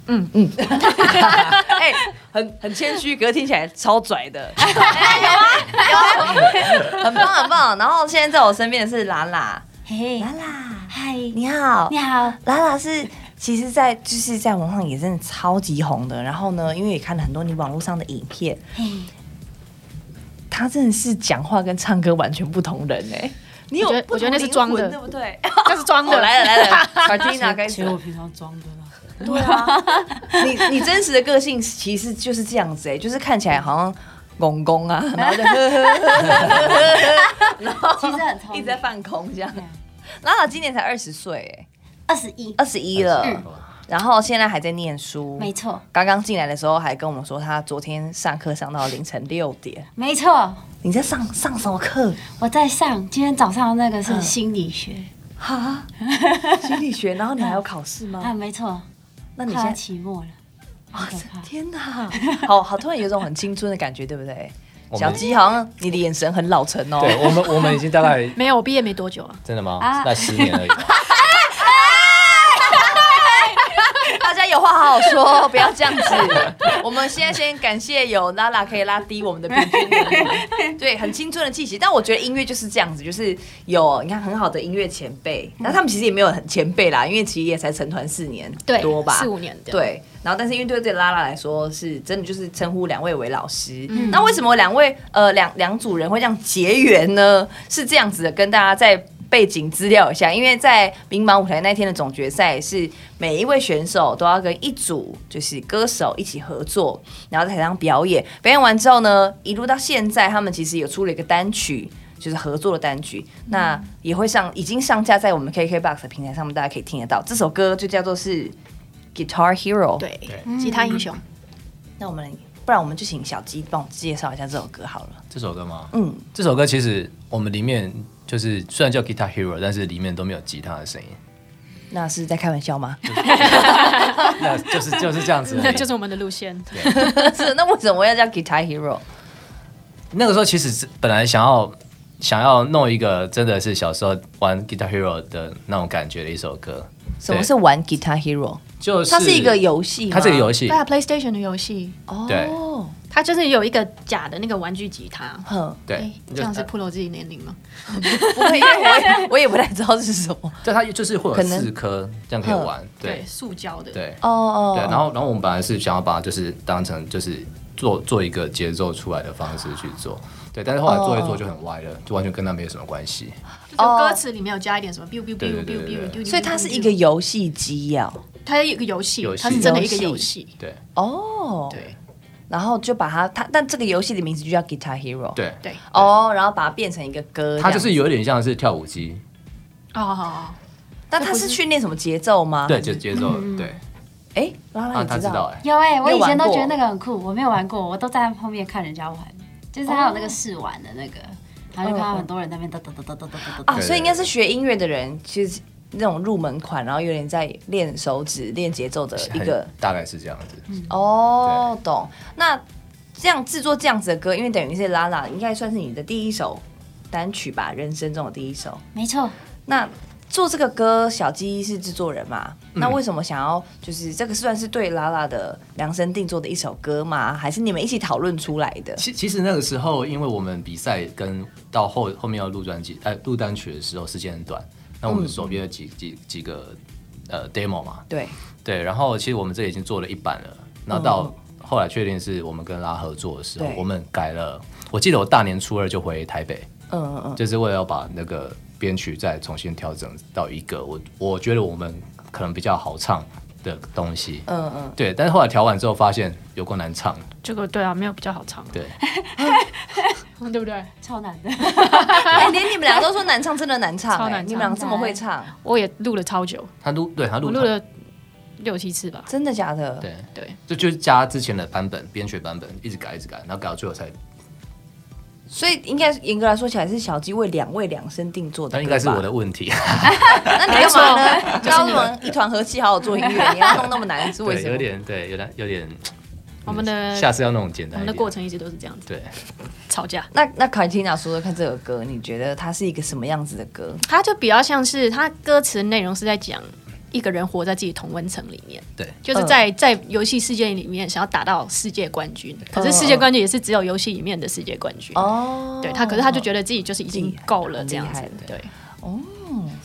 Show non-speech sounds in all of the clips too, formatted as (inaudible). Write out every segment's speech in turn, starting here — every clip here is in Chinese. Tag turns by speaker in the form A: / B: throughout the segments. A: 嗯
B: 嗯， (laughs) 哎、很很谦虚，可是听起来超拽
A: (laughs)
B: 的。
A: 哎
B: 有啊，有啊，很棒很棒。然后现在在我身边的是拉拉，
C: 嘿，
B: 拉拉，
C: 嗨，
B: 你好，
C: 你好，
B: 拉拉是，其实在，就是在网上也真的超级红的。然后呢，因为也看了很多你网络上的影片，
C: 嘿，
B: 她真的是讲话跟唱歌完全不同人哎、你有
A: 我觉
B: 不同
A: 得我觉得那是装的
B: 灵魂对不对？ (laughs)
A: 这是装
B: 哦，
A: 的，
B: 来了来了 c a r
A: (laughs)
B: t i n a 开
D: 其
B: 始
D: 实。我平常装的啦，
B: 对啊，你你真实的个性其实就是这样子哎、就是看起来好像公公啊，然后就呵呵
C: (laughs)
B: 呵
C: 其实很聪
B: 一 (laughs)
C: 明
B: 直在，放空这样。
C: 啊
B: 拉拉今年才二十岁
C: 二十一
B: 哎，，二十一了，
C: 嗯
B: 然后现在还在念书，
C: 没错，
B: 刚刚进来的时候还跟我们说，他昨天上课上到凌晨六点。
C: 没错。
B: 你在上上什么课？
C: 我在上，今天早上那个是
B: 嗯
C: 心理学
B: 哈，心理学，然后你还要考试
C: 啊，
B: 吗？
C: 没错，
B: 嗯那你
C: 快要
B: 现在，
C: 期末了，好可怕。
B: 天哪，好好突然有一种很青春的感觉，对不对？
E: 我
B: 小
E: 们
B: 鸡好像你的眼神很老成哦。
E: 对我们，我们已经大概
A: 没有，我毕业没多久啊。
E: 真的
C: 啊
E: 吗？那十年而已。
B: (laughs) 大家有话好好 (laughs) 说，不要这样子。我们现在先感谢有拉拉可以拉低我们的平均年龄，对，很青春的气息。但我觉得音乐就是这样子，就是有你看很好的音乐前辈，那他们其实也没有很前辈啦，因为其实也才成团四年
A: 对，
B: 多吧，
A: 四五年的。，
B: 对，然后但是因为对对拉拉来说，是真的就是称呼两位为老师。那为什么两位呃两两组人会这样结缘呢？是这样子的，跟大家在背景资料一下，因为在乒乓舞台那天的总决赛是每一位选手都要跟一组就是歌手一起合作，然后在台上表演。表演完之后呢，一路到现在，他们其实有出了一个单曲。就是合作的单曲，那也会上，已经上架在我们 KKBOX 的平台上面，大家可以听得到。这首歌就叫做是 Guitar Hero。，
A: 对，吉他英雄。
B: 那我们不然我们就请小鸡帮我们介绍一下这首歌好了。
E: (laughs) 这首歌吗？
B: 嗯，
E: 这首歌其实我们里面就是虽然叫 Guitar Hero，但是里面都没有吉他的声音，
B: 那是在开玩笑吗？
E: 嗯那就是就是这样子而
A: 那 (laughs)
E: 已。
A: 就是我们的路线，
B: (laughs) 是，那为什么要叫 Guitar Hero？
E: 那个时候其实是本来想要想要弄一个真的是小时候玩 Guitar Hero 的那种感觉的一首歌，
B: 什么是玩 Guitar Hero？
E: 就是
B: 它是一个，游戏吗，
E: 它是一个游戏
A: 对，啊，PlayStation 的游戏，
E: 对
B: 哦，
A: 它就是有一个假的那个玩具吉他。
B: 哼，
E: 对
A: 哎，这
E: 呃
A: 样是暴露自己年龄吗？
B: 不会，因为我也我也不太知道是什么。
E: 但它就是会
B: 可
E: 有
B: 能
E: 四颗，这样可以玩，对
A: 对，塑胶的。
E: (laughs) 对。
B: 哦哦，
E: 对，然后然后我们本来是想要把它就是当成就是做做一个节奏出来的方式去做，对，但是后来做一做就很歪了，就完全跟它没有什么关系。
A: 就是歌词里面有加一点什么 biu biu
E: 对
A: biu
E: 对
A: biu
E: 对对
B: 哦
A: biu，
B: 所以它是一个，游戏机啊。
A: 它有一个游戏
E: 游，戏
A: 它是真的一个游戏。
E: 对
B: 哦，
A: 对
B: 然后就把它，它但这个游戏的名字就叫 Guitar Hero。，
E: 对，
A: 对，
B: 哦，然后把它变成一个歌这样，
E: 它就是有点像是跳舞机，
A: 哦，
B: 那他是训练什么节奏吗？，
E: 对，就节奏，
C: 嗯
E: 对
B: 哎，拉拉
E: 啊，
B: 你
E: 他知道哎，
C: 有哎、我以前都觉
B: 你
C: 得
B: 有玩过
C: 那个很酷，我没有玩过，我都站在后面看人家玩，就是他有那个试玩的那个，
B: 哦
C: 然后就看到很多人那边哒哒哒哒哒哒哒哒
B: 啊，
E: 对
B: 所以应该是学音乐的人，其实那种入门款，然后有点在练手指、练节奏的一个
E: 很大概是这样子。
B: 哦，懂。那这样制作这样子的歌，因为等于是拉拉，应该算是你的第一首单曲吧，人生中的第一首。
C: 没错，
B: 那做这个歌，小鸡是制作人嘛？
E: 嗯
B: 那为什么想要就是这个算是对拉拉的量身定做的一首歌吗？还是你们一起讨论出来的？
E: 其其实那个时候，因为我们比赛跟到后后面要录专辑，哎、录单曲的时候时间很短，那我们手边有几几几个呃 demo 嘛，
B: 对，
E: 对，然后其实我们这已经做了一版了，然
A: 嗯
E: 后到后来确定是我们跟拉合作的时候
B: 对，
E: 我们改了。我记得我大年初二就回台北，
B: 嗯嗯嗯，
E: 就是为了要把那个编曲再重新调整到一个我我觉得我们可能比较好唱的东西。
B: 嗯嗯，
E: 对，但是后来调完之后发现有够难唱，
A: 这个对啊，没有比较好唱，
E: 对，
A: 对不对？
C: 超难的。 (laughs)
B: 哎、连你们俩都说难唱，真的难唱、
A: 超
B: 哎
A: 难唱
B: 你们俩这么会唱，
A: 我也录了超久，
E: 他录对他录
A: 我录了六七次吧。
B: 真的假的？
E: 对，
A: 对，
E: 就就是加之前的版本编曲版本一直改一直改，然后改到最后才，
B: 所以应该严格来说起来，是小鸡为两位量身定做的。
E: 那应该是我的。问题，
B: 那你干嘛呢？高们一团和气，好好做音乐，你要弄那么难
E: (laughs)
B: 是为
E: 对，
B: 什
E: 有
B: 么？
E: 点对，有点有点。
B: 嗯
A: 我们的
E: 下次要那种简
A: 我
E: 单
A: 们
E: 一点。
A: 的过程一直都是这样子，
E: 对，
A: 吵架。
B: 那那凯蒂娜说说看，这首歌你觉得它是一个什么样子的歌？
A: 它就比较像是它歌词内容是在讲一个人活在自己同温层里面，
E: 对，
A: 就是在、在游戏世界里面想要打到世界冠军，可是世界冠军也是只有游戏里面的世界冠军。
B: 哦，
A: 对他，可是他就觉得自己就是已经
B: 厉害
A: 够了
B: 很
A: 这样子
B: 厉害的，
A: 对，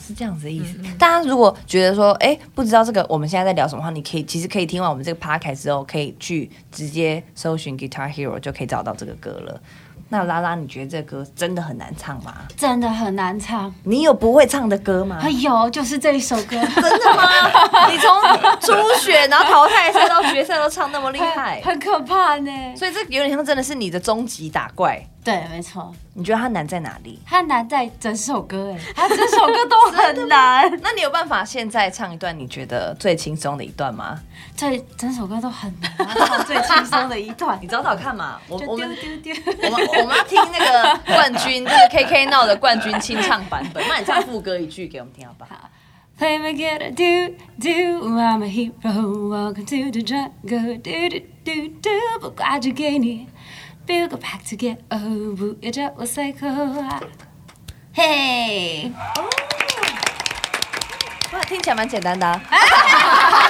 B: 是这样子的意思。嗯大家如果觉得说，哎、不知道这个我们现在在聊什么话，你可以其实可以听完我们这个 podcast 之后，可以去直接搜寻 Guitar Hero 就可以找到这个歌了。那拉拉，你觉得这个歌真的很难唱吗？
C: 真的很难唱。
B: 你有不会唱的歌吗
C: 哎？呦，就是这一首歌，
B: (laughs) 真的
C: (laughs)
B: 吗？你从初选，然后淘汰赛到决赛都唱那么厉害
C: 很， (laughs) 很可怕呢。
B: 所以这有点像真的是你的终极打怪。
C: 对，没错，
B: 你觉得它难在哪里？
C: 它难在整首歌哎，它整首歌都 (laughs) 很难，
B: 那你有办法现在唱一段你觉得最轻松的一段吗？
C: 对，整首歌都很难，然后最轻松的一段
B: 你。找找看嘛，我
C: 就
B: 我
C: 丢
B: 们
C: 丢丢，
B: 我们我们要听那个冠军，这个 KK 闹的冠军清唱版
C: (laughs)
B: 本。那你唱副歌一句给我们听好不好？
C: Play me get a do do, I'm a hero. Welcome to the jungle, do do do do. 不挂着给你，build a pack to get old，不要叫我 psycho。嘿，
B: 哇，听起来蛮简单 (laughs) 的、啊。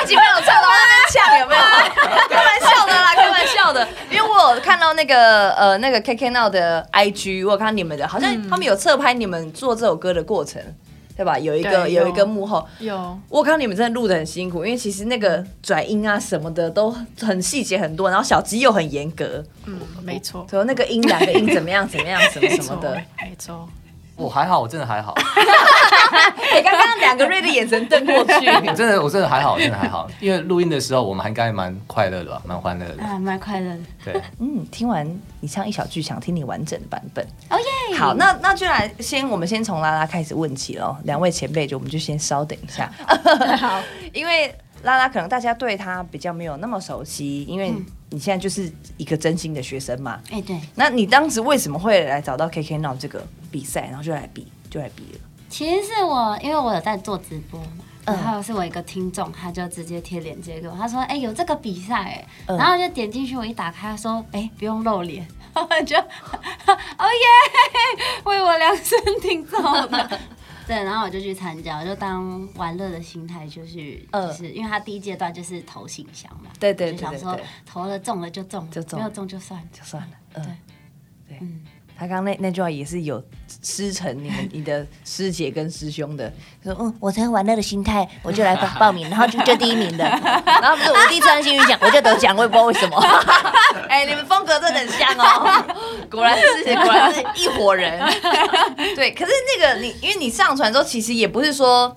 B: 自己没有唱到那边呛有没有？ (laughs) 开玩笑的啦，开玩笑的。因为我有看到那个呃那个 KK Now 的 IG，我有看到你们的，好像他们有侧拍你们做这首歌的过程，对吧？有一个
A: 对
B: 有一个
A: 有
B: 幕后，
A: 有
B: 我看到你们真的录的很辛苦，因为其实那个转音啊什么的都很细节很多，然后小鸡又很严格，
A: 嗯，没错，
B: 说那个音两个音怎么样怎么样什么什么 (laughs) 的。
A: 没错，
E: (laughs) 我还好，我真的还好，
B: 你哎刚刚两个瑞的眼神瞪过去，
E: (laughs) 我真的我真的还好，我真的还好。因为录音的时候我们还应该蛮快乐的吧，蛮欢乐的。
C: 啊，蛮快乐的。
E: 对，
B: 嗯，听完你唱一小句，想听你完整的版本。
C: 哦耶！
B: 好，那那就来先，我们先从拉拉开始问起喽。两位前辈，就我们就先稍等一下，
A: 好，
B: (laughs) 因为拉拉可能大家对她比较没有那么熟悉，因为你现在就是一个真心的学生嘛。
C: 哎，对，
B: 那你当时为什么会来找到 KK Now 这个比赛，然后就来比，就来比了？
C: 其实是我，因为我有在做直播嘛，
B: 嗯
C: 然后是我一个听众，他就直接贴链接给我，他说：“哎、有这个比赛、哎
B: 嗯
C: 然后我就点进去，我一打开，他说：“哎、不用露脸。” (laughs) 然后
B: (laughs)
C: 我就哦耶， (laughs) 为我量身定做
B: (laughs)
C: 的。对，然后我就去参加，我就当玩乐的心态，就是、
B: 嗯
C: 就是因为他第一阶段就是投信箱嘛，
B: 对对
C: 我就
B: 对对
C: 想说
B: 对
C: 投了中了就中了，
B: 就中
C: 没有
B: 了
C: 中就算了。
B: 就算了，嗯，对，
C: 嗯
B: 他刚刚那那句话也是有师承你们你的师姐跟师兄的， (laughs) 说嗯，我才有玩乐的心 (laughs) 态，我就来报报名，然后就就第一名 (laughs) 的，然后不是我第一次上幸运奖，我就得奖，我也不知道为什么。 (laughs) 哎、你们风格真的很像哦， (laughs) 果然是果然是一伙 (laughs) 人。对，可是那个你，因为你上传之后，其实也不是说。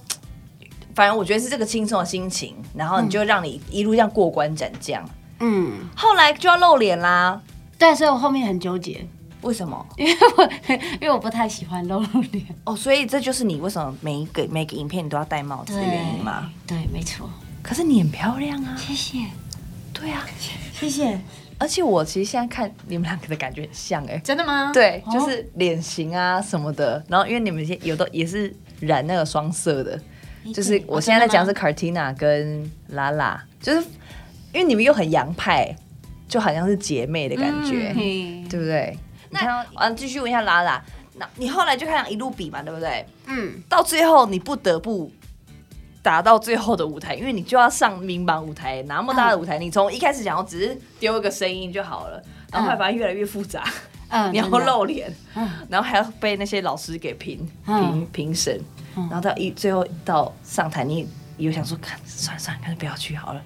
B: 反正我觉得是这个轻松的心情，然后你就让你一路这样过关斩将，
C: 嗯，
B: 后来就要露脸啦，
C: 对，所以我后面很纠结，
B: 为什么？
C: 因为我 (laughs) 因为我不太喜欢露露脸
B: 哦，所以这就是你为什么每一个每个影片你都要戴帽子的原因吗？？
C: 对，没错。
B: 可是你很漂亮啊，
C: 谢谢，
B: 对啊，
C: 谢谢。
B: 而且我其实现在看你们两个的感觉很像哎、
A: 真的吗？，
B: 对，
C: 哦
B: 就是脸型啊什么的，然后因为你们现有的也是染那个双色的，就是我现在在
C: 哦
B: 讲是 Cartina 跟拉拉，就是因为你们又很洋派，就好像是姐妹的感觉，
C: 嘿
B: 对不对？你看到，啊，继续问一下拉拉，那你后来就看一路比嘛，对不对？
C: 嗯，
B: 到最后你不得不达到最后的舞台，因为你就要上名榜舞台，那么大的舞台，你从一开始想要只是丢一个声音就好了，然后后来把它越来越复杂，(laughs)
C: 嗯
B: 你要
C: 真的
B: 露脸，
C: 嗯
B: 然后还要被那些老师给评
C: 嗯
B: 评评审，然后到一最后到上台，你有想说，看算了算了，干脆不要去好了。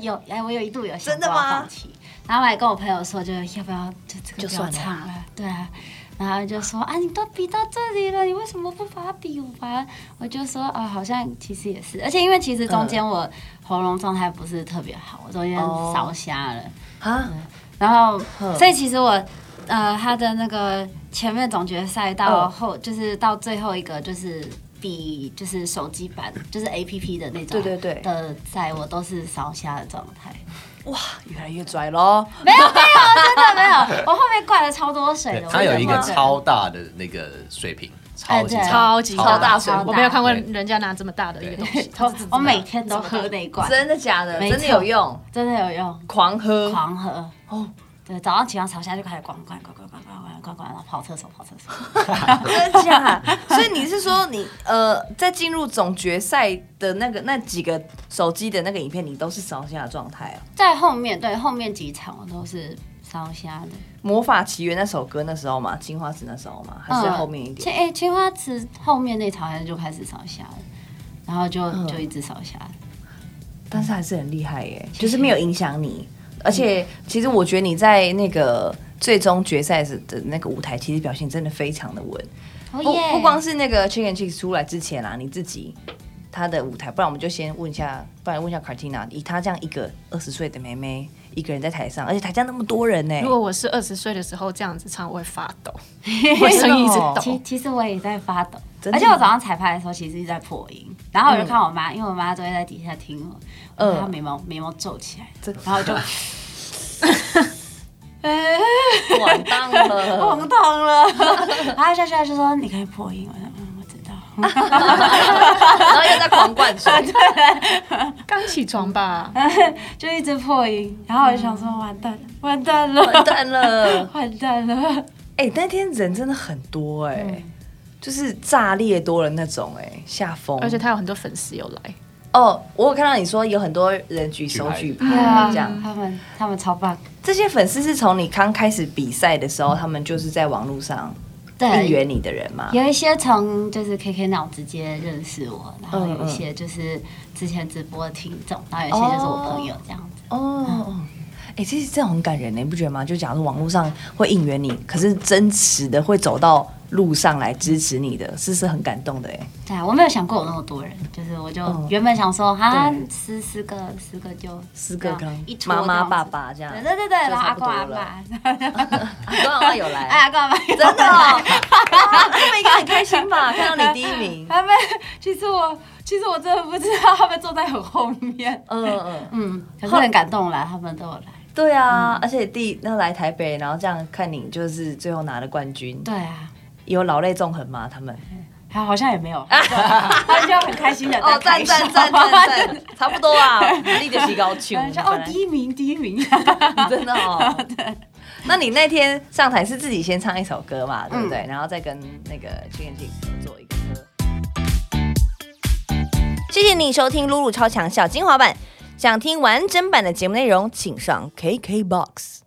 C: 有哎，我有一度有想
B: 真的
C: 过要
B: 吗
C: 放弃然后我还跟我朋友说，就是要不要就这
B: 就
C: 个
B: 算
C: 不要
B: 了
C: 唱了，对啊。然后就说啊，你都比到这里了，你为什么不把它比完？我就说啊，好像其实也是，而且因为其实中
B: 嗯
C: 间我喉咙状态不是特别好，我中间
B: 哦
C: 烧瞎了，
B: 啊，
C: 嗯然后
B: 哼
C: 所以其实我呃他的那个前面总决赛到
B: 嗯
C: 后、就是到最后一个就是。比就是手机版，就是 A P P 的那种，
B: 对对对
C: 的赛，我都是烧瞎的状态。 (laughs)
B: 哇，越来越拽喽！
C: 没有没有，真的没有，我后面灌了超多水的。
E: 它有一个
C: 我真的
E: 超大的那个水瓶，
C: 哎
E: 超级
C: 对
A: 超级
B: 超大水
A: 我没有看过
E: 对
A: 人家拿这么大的一个东西，
C: (laughs) 我每天都喝那一罐，
B: 真的假的？
C: 没
B: 真的
C: 错
B: 有用？
C: 真的有用，
B: 狂喝
C: 狂喝。
B: 哦，
C: 对，早上起床朝下就开始灌灌灌灌灌灌灌灌灌，然后跑厕所跑厕所。
B: 真的假？所以你是说你呃，在进入总决赛的那个那几个手机的那个影片，你都是烧下的状态哦。
C: 在后面，对后面几场我都是烧瞎的。
B: 魔法奇缘那首歌那时候嘛，金花石那时候嘛，啊还是在后面一
C: 青
B: 点。
C: 哎、青花瓷后面那场好像就开始烧瞎了，然后就、
B: 嗯
C: 就一直烧瞎了。
B: 但是还是很厉害耶，就是没有影响你。而且其实我觉得你在那个最终决赛的的那个舞台，其实表现真的非常的稳。不
C: 哦耶
B: 不光是那个 Chicken Chicks 出来之前啊，你自己他的舞台，不然我们就先问一下，不然问一下 Cartina，以她这样一个二十岁的妹妹，一个人在台上，而且台下那么多人呢、
A: 如果我是二十岁的时候这样子唱，我会发抖，
B: 我
A: 我声音一直
C: 其
A: 抖。
C: 其实我也在发抖，
B: 真的吗
C: 而且我早上彩排的时候其实一直在破音，然后我就看我妈，因为我妈都会在底下听我，
B: 嗯
C: 我看她眉毛眉毛皱起
B: (laughs)
C: 来
B: 真，
C: 然后就
B: 完蛋了，
C: 红痛
B: 啊
C: 了，然后 (laughs) 下去就说你可以破音，我说嗯我知道，
B: 然后又在狂灌水，
A: 刚起床吧，
C: (laughs) 就一直破音，然后我就想说完蛋了，完蛋了，
B: 嗯完蛋
C: (laughs)
B: 了。
C: 完蛋了，
B: 哎、那天人真的很多哎、就是炸裂多人那种哎、下风。
A: 而且他有很多粉丝有来，
B: 哦，我有看到你说有很多人举手举
E: 举
B: 牌
C: 对啊，
B: (laughs) 这样。
C: 他们他们超棒，
B: 这些粉丝是从你刚开始比赛的时候，他们就是在网络上应
C: 对。
B: 援你的人吗？
C: 有一些从就是 KK 脑直接认识我，然后
B: 嗯
C: 有一些就是之前直播的听众，然后有一些就是我朋友这样子。
B: 哦，哎、其实这种很感人呢，你不觉得吗？就假如网络上会应援你，可是真实的会走到路上来支持你的，是是很感动的哎。
C: 对啊，我没有想过有那么多人，就是我就
B: 嗯
C: 原本想说哈
B: 对，
C: 十十个十个就
B: 四个
C: 这样
B: 刚
C: 一撮
B: 妈
C: 这
B: 妈
C: 样子
B: 爸，爸这样，
C: 对对对对，
B: 就
C: 然后
B: 差
C: 阿
B: 不
C: 公
B: 多
C: 阿
B: 了
C: 妈，
B: (laughs) 阿公阿妈啊有
C: (laughs) 哎
B: 来，
C: 阿公阿妈真
B: 真的、哦，哇他们应该很开心 (laughs) 吧？看到你第一名，
C: 他们其实我其实我真的不知道他们坐在很后面，
B: 嗯嗯，
C: 嗯，可是很感动啦，他们都有来，
B: 对啊，而且第那来台北，然后这样看你就是最后拿了冠军，
C: 对啊，
B: 有老泪纵横吗？他 (laughs) 们
C: 还好像也
B: (laughs)
C: 没有，他们就很开心的
B: 哦，赞赞赞赞赞，差不多啊，你的提高球，(laughs)
C: 就哦第一名第一名，
B: 真的哦。那你那天上台是自己先唱一首歌嘛，对不对？然后再跟那个 Chicken King 合作一个歌。谢谢你收听《露露超强小精华版》，想听完整版的节目内容，请上 KKBOX。